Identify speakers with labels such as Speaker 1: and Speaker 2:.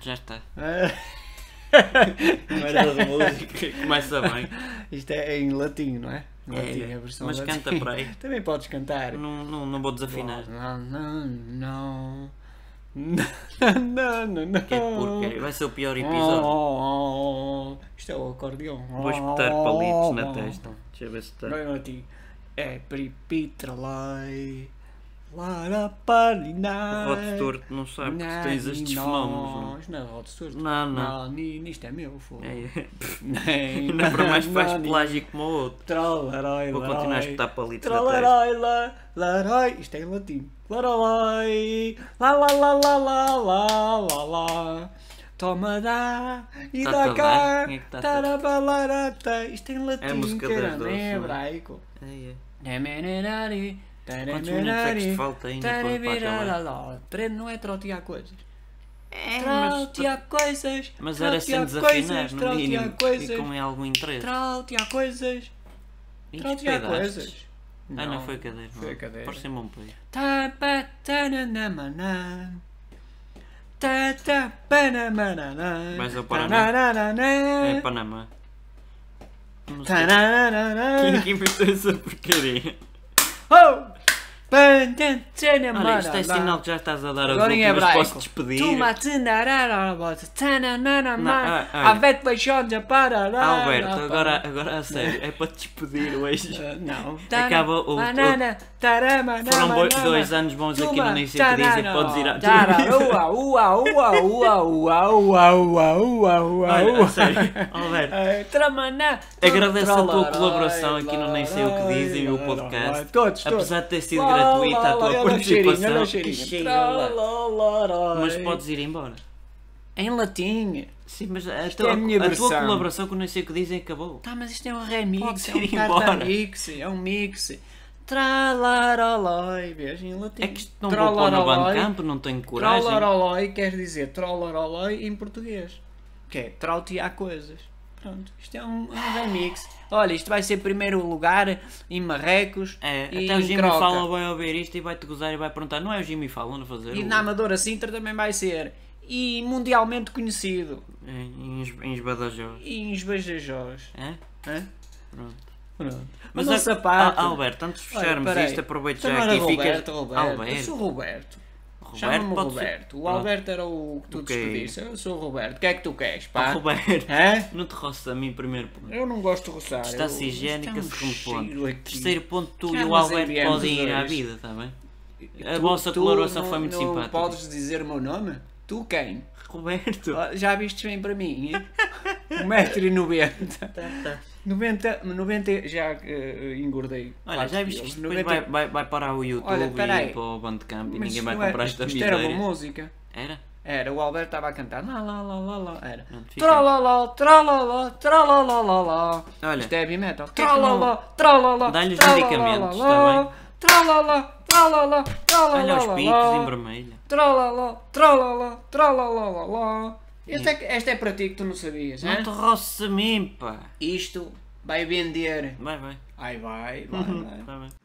Speaker 1: já está.
Speaker 2: É. Merda de música.
Speaker 1: Começa bem.
Speaker 2: Isto é em latim, não é? Em latim, a versão
Speaker 1: mas
Speaker 2: latim.
Speaker 1: canta por aí.
Speaker 2: Também podes cantar.
Speaker 1: Não, não, não vou desafinar.
Speaker 2: Não, não, não. Não, não, não, não.
Speaker 1: Que é porcaria. Vai ser o pior
Speaker 2: Oh,
Speaker 1: episódio.
Speaker 2: oh, oh, oh. Isto é o acordeão.
Speaker 1: Vou espetar palitos na testa. Deixa eu ver se está.
Speaker 2: Não é latim. É pripitralai. Lara parinai.
Speaker 1: Rote torto não sabe que tu tens estes fenómenos.
Speaker 2: Não, é Rod Stewart.
Speaker 1: Não, não.
Speaker 2: Não, ni- isto é meu, fogo.
Speaker 1: não É.
Speaker 2: Nem-
Speaker 1: Ainda para mais faz
Speaker 2: não, ni-
Speaker 1: pelágio como o outro.
Speaker 2: Tralarai,
Speaker 1: Vou
Speaker 2: larai.
Speaker 1: continuar a espetar palitos na testa.
Speaker 2: Tralarai, la- larai. Isto é em latim. Larai. Lá, lá, lá, lá, lá, lá, lá, lá. Toma dá e
Speaker 1: Tá
Speaker 2: dá
Speaker 1: tudo
Speaker 2: cá.
Speaker 1: bem? Quem é que tá
Speaker 2: Tarabalarata. Isto é em latim,
Speaker 1: música das
Speaker 2: caramba,
Speaker 1: doces,
Speaker 2: é
Speaker 1: não é?
Speaker 2: hebraico.
Speaker 1: Ai, ai.
Speaker 2: Nemenenari,
Speaker 1: Quantos minutos é que isto falta ainda para- para acabar?
Speaker 2: tarabiraralá. Treino não é trotear coisas.
Speaker 1: É, mas,
Speaker 2: Trotear coisas.
Speaker 1: mas era sem
Speaker 2: trotear
Speaker 1: desafinar,
Speaker 2: coisas,
Speaker 1: no
Speaker 2: trotear
Speaker 1: mínimo. E
Speaker 2: coisas.
Speaker 1: com algum interesse.
Speaker 2: Trotear coisas.
Speaker 1: E
Speaker 2: Trotear
Speaker 1: despedaste.
Speaker 2: coisas.
Speaker 1: Ah, não, foi a cadeira.
Speaker 2: Foi a
Speaker 1: não.
Speaker 2: cadeira.
Speaker 1: Parece-me um país.
Speaker 2: Tapa, tananamaná. Tata, panamananá.
Speaker 1: Mais ao Paraná.
Speaker 2: Tananananá.
Speaker 1: É Panamá. Não sei.
Speaker 2: Tananananá.
Speaker 1: Quem é que inventou essa porcaria?
Speaker 2: Oh! Pantantanamananá.
Speaker 1: Olha, isto é sinal que já estás a dar as
Speaker 2: Agora em
Speaker 1: últimas,
Speaker 2: hebraico.
Speaker 1: posso despedir.
Speaker 2: Tumatinararabot,
Speaker 1: ah, ah.
Speaker 2: Avete beijão de parará.
Speaker 1: Alberto, agora, agora a sério, é para despedir hoje.
Speaker 2: Ah, Não.
Speaker 1: Acaba o- o-
Speaker 2: Banana, tarama,
Speaker 1: Foram
Speaker 2: nama,
Speaker 1: boi-
Speaker 2: nama.
Speaker 1: dois anos bons aqui no
Speaker 2: Tuma,
Speaker 1: Nem Sei O Que é Dizem,
Speaker 2: tarana,
Speaker 1: podes ir à
Speaker 2: tara,
Speaker 1: tua vida.
Speaker 2: Ua, ua, ua, ua, ua, ua, ua, ua, ua,
Speaker 1: Olha,
Speaker 2: ua.
Speaker 1: a sério, Alberto.
Speaker 2: Ai, tramaná,
Speaker 1: Agradeço a tua
Speaker 2: tralarai,
Speaker 1: colaboração aqui no Nem Sei O Que Dizem, o
Speaker 2: larai,
Speaker 1: podcast.
Speaker 2: Todos, todos.
Speaker 1: Apesar de ter sido
Speaker 2: Lá, lá,
Speaker 1: gratuita a
Speaker 2: lá, é
Speaker 1: tua
Speaker 2: olha o cheirinho, olha
Speaker 1: participação,
Speaker 2: o cheirinho.
Speaker 1: chega lá.
Speaker 2: Tralarai.
Speaker 1: mas podes ir embora.
Speaker 2: Em latim.
Speaker 1: Sim, mas a,
Speaker 2: é
Speaker 1: tua,
Speaker 2: a minha
Speaker 1: a tua
Speaker 2: versão.
Speaker 1: colaboração com o Nem Sei O Que Dizem acabou.
Speaker 2: Tá, mas isto é um remix,
Speaker 1: Podes
Speaker 2: é um
Speaker 1: ir embora.
Speaker 2: mix, é um mix. Tralaroloi, vês em latim.
Speaker 1: É que isto não vou pôr no
Speaker 2: Tralaroloi.
Speaker 1: Bandcamp, não tenho coragem.
Speaker 2: Troloroloi quer dizer troloroloi em português. Que é trautear coisas. Pronto, isto é um,
Speaker 1: Ah.
Speaker 2: um remix. Olha, isto vai ser primeiro lugar em Marrecos
Speaker 1: É,
Speaker 2: e
Speaker 1: até o
Speaker 2: em
Speaker 1: Jimmy
Speaker 2: Croca.
Speaker 1: Fallon vai ouvir isto e vai-te gozar e vai perguntar, não é o Jimmy Fallon a fazer?
Speaker 2: E
Speaker 1: o-
Speaker 2: na Amadora Sintra também vai ser. E mundialmente conhecido.
Speaker 1: Em, em, Es- em Esbadajós.
Speaker 2: E em Esbajajós.
Speaker 1: É?
Speaker 2: Hã?
Speaker 1: Pronto.
Speaker 2: Pronto.
Speaker 1: Mas
Speaker 2: Mas o
Speaker 1: a-
Speaker 2: sapato.
Speaker 1: Al- Alberto, antes de
Speaker 2: Olha,
Speaker 1: fecharmos
Speaker 2: peraí.
Speaker 1: isto, aproveito
Speaker 2: Então não
Speaker 1: já
Speaker 2: era
Speaker 1: aqui e
Speaker 2: Roberto,
Speaker 1: ficas...
Speaker 2: Roberto. Eu
Speaker 1: Alberto,
Speaker 2: sou Roberto.
Speaker 1: Roberto
Speaker 2: Chama-me
Speaker 1: pode ser- Ah,
Speaker 2: Roberto. O
Speaker 1: Pronto.
Speaker 2: Alberto era o que tu
Speaker 1: Ok.
Speaker 2: despediste. Eu sou o Roberto. O que é que tu queres, pá?
Speaker 1: Ah, Roberto,
Speaker 2: Hã?
Speaker 1: não te roças a mim primeiro ponto.
Speaker 2: Eu não gosto de roçar. eu-
Speaker 1: Distância higiênica,
Speaker 2: isto é
Speaker 1: segundo
Speaker 2: um cheiro
Speaker 1: ponto.
Speaker 2: aqui.
Speaker 1: Terceiro ponto, tu
Speaker 2: Que
Speaker 1: e o
Speaker 2: armas
Speaker 1: Alberto
Speaker 2: enviamos
Speaker 1: podem ir à
Speaker 2: dois?
Speaker 1: vida, está bem? A
Speaker 2: Tu-
Speaker 1: vossa
Speaker 2: tu
Speaker 1: colaboração
Speaker 2: não-
Speaker 1: foi muito
Speaker 2: não
Speaker 1: simpática.
Speaker 2: podes dizer o meu nome? Tu quem?
Speaker 1: Roberto!
Speaker 2: Ah, Já viste bem para mim, Um hein? 1,90m.
Speaker 1: tá.
Speaker 2: 90, 90 já eh, engordei.
Speaker 1: Olha,
Speaker 2: quatro
Speaker 1: já viste que
Speaker 2: quilos.
Speaker 1: isto depois vai, vai, vai parar o YouTube
Speaker 2: Olha,
Speaker 1: e
Speaker 2: peraí.
Speaker 1: para o Bandcamp e
Speaker 2: Mas
Speaker 1: ninguém vai
Speaker 2: não era-
Speaker 1: comprar esta
Speaker 2: Isto era uma
Speaker 1: miséria.
Speaker 2: música.
Speaker 1: Era?
Speaker 2: Era, o Alberto estava a cantar. Lá, lá, lá, lá, lá. Era.
Speaker 1: Pronto, fica.
Speaker 2: Trololó, trololó, trololó, lá.
Speaker 1: Olha.
Speaker 2: Isto é heavy metal.
Speaker 1: é que não-
Speaker 2: Trololó, trololó.
Speaker 1: Dá-lhe os
Speaker 2: trololó,
Speaker 1: medicamentos,
Speaker 2: lá,
Speaker 1: tá
Speaker 2: Trololó, trololó, trololó.
Speaker 1: Olha os
Speaker 2: lá,
Speaker 1: picos
Speaker 2: lá.
Speaker 1: em vermelho.
Speaker 2: Trololó, trololó, trololó, lá, lá. Este é, que- esta é para ti que tu não sabias,
Speaker 1: Hum. Não
Speaker 2: né?
Speaker 1: te roças a mim, pá!
Speaker 2: Isto vai vender.
Speaker 1: Vai, vai.
Speaker 2: Ai, vai, vai, vai.
Speaker 1: Tá bem.